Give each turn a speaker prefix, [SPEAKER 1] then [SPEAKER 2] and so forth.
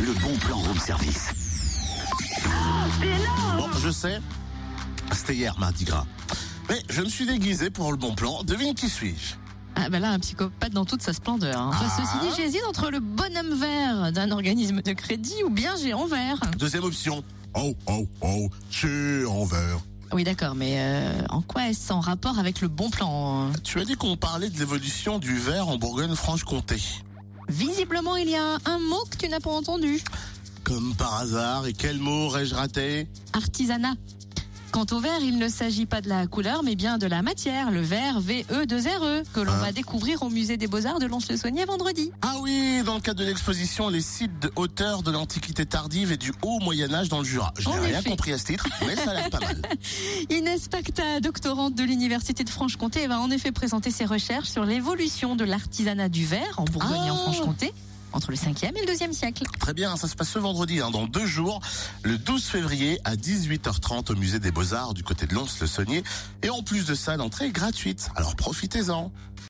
[SPEAKER 1] le bon plan room service. Bon, je sais, c'était hier mardi gras. Mais je me suis déguisé pour le bon plan. Devine qui suis-je
[SPEAKER 2] Ah bah là, un psychopathe dans toute sa splendeur. hein. Enfin,
[SPEAKER 1] Ah.
[SPEAKER 2] Ceci dit, j'hésite entre le bonhomme vert d'un organisme de crédit ou bien géant vert.
[SPEAKER 1] Deuxième option. Oh, oh, oh, tu en vert.
[SPEAKER 2] Oui, d'accord, mais euh, en quoi est-ce en rapport avec le bon plan
[SPEAKER 1] Tu as dit qu'on parlait de l'évolution du verre en Bourgogne-Franche-Comté.
[SPEAKER 2] Visiblement, il y a un mot que tu n'as pas entendu.
[SPEAKER 1] Comme par hasard, et quel mot aurais-je raté
[SPEAKER 2] Artisanat. Quant au vert, il ne s'agit pas de la couleur, mais bien de la matière, le vert E VE2RE, que l'on
[SPEAKER 1] Hein
[SPEAKER 2] va découvrir au musée des Beaux-Arts de Lons-le-Saunier vendredi.
[SPEAKER 1] Ah oui, dans le cadre de l'exposition Les sites de hauteur de l'Antiquité tardive et du Haut Moyen-Âge dans le Jura. Je n'ai
[SPEAKER 2] En
[SPEAKER 1] rien
[SPEAKER 2] effet.
[SPEAKER 1] compris à ce titre, mais ça a l'air pas mal.
[SPEAKER 2] Inès Pacta, doctorante de l'Université de Franche-Comté, va en effet présenter ses recherches sur l'évolution de l'artisanat du verre en Bourgogne et en
[SPEAKER 1] Ah.
[SPEAKER 2] Franche-Comté entre le 5e et le 2e siècle.
[SPEAKER 1] Très bien, ça se passe ce vendredi, hein, dans deux jours, le 12 février à 18h30 au musée des Beaux-Arts du côté de Lons-le-Saunier. Et en plus de ça, l'entrée est gratuite, alors profitez-en.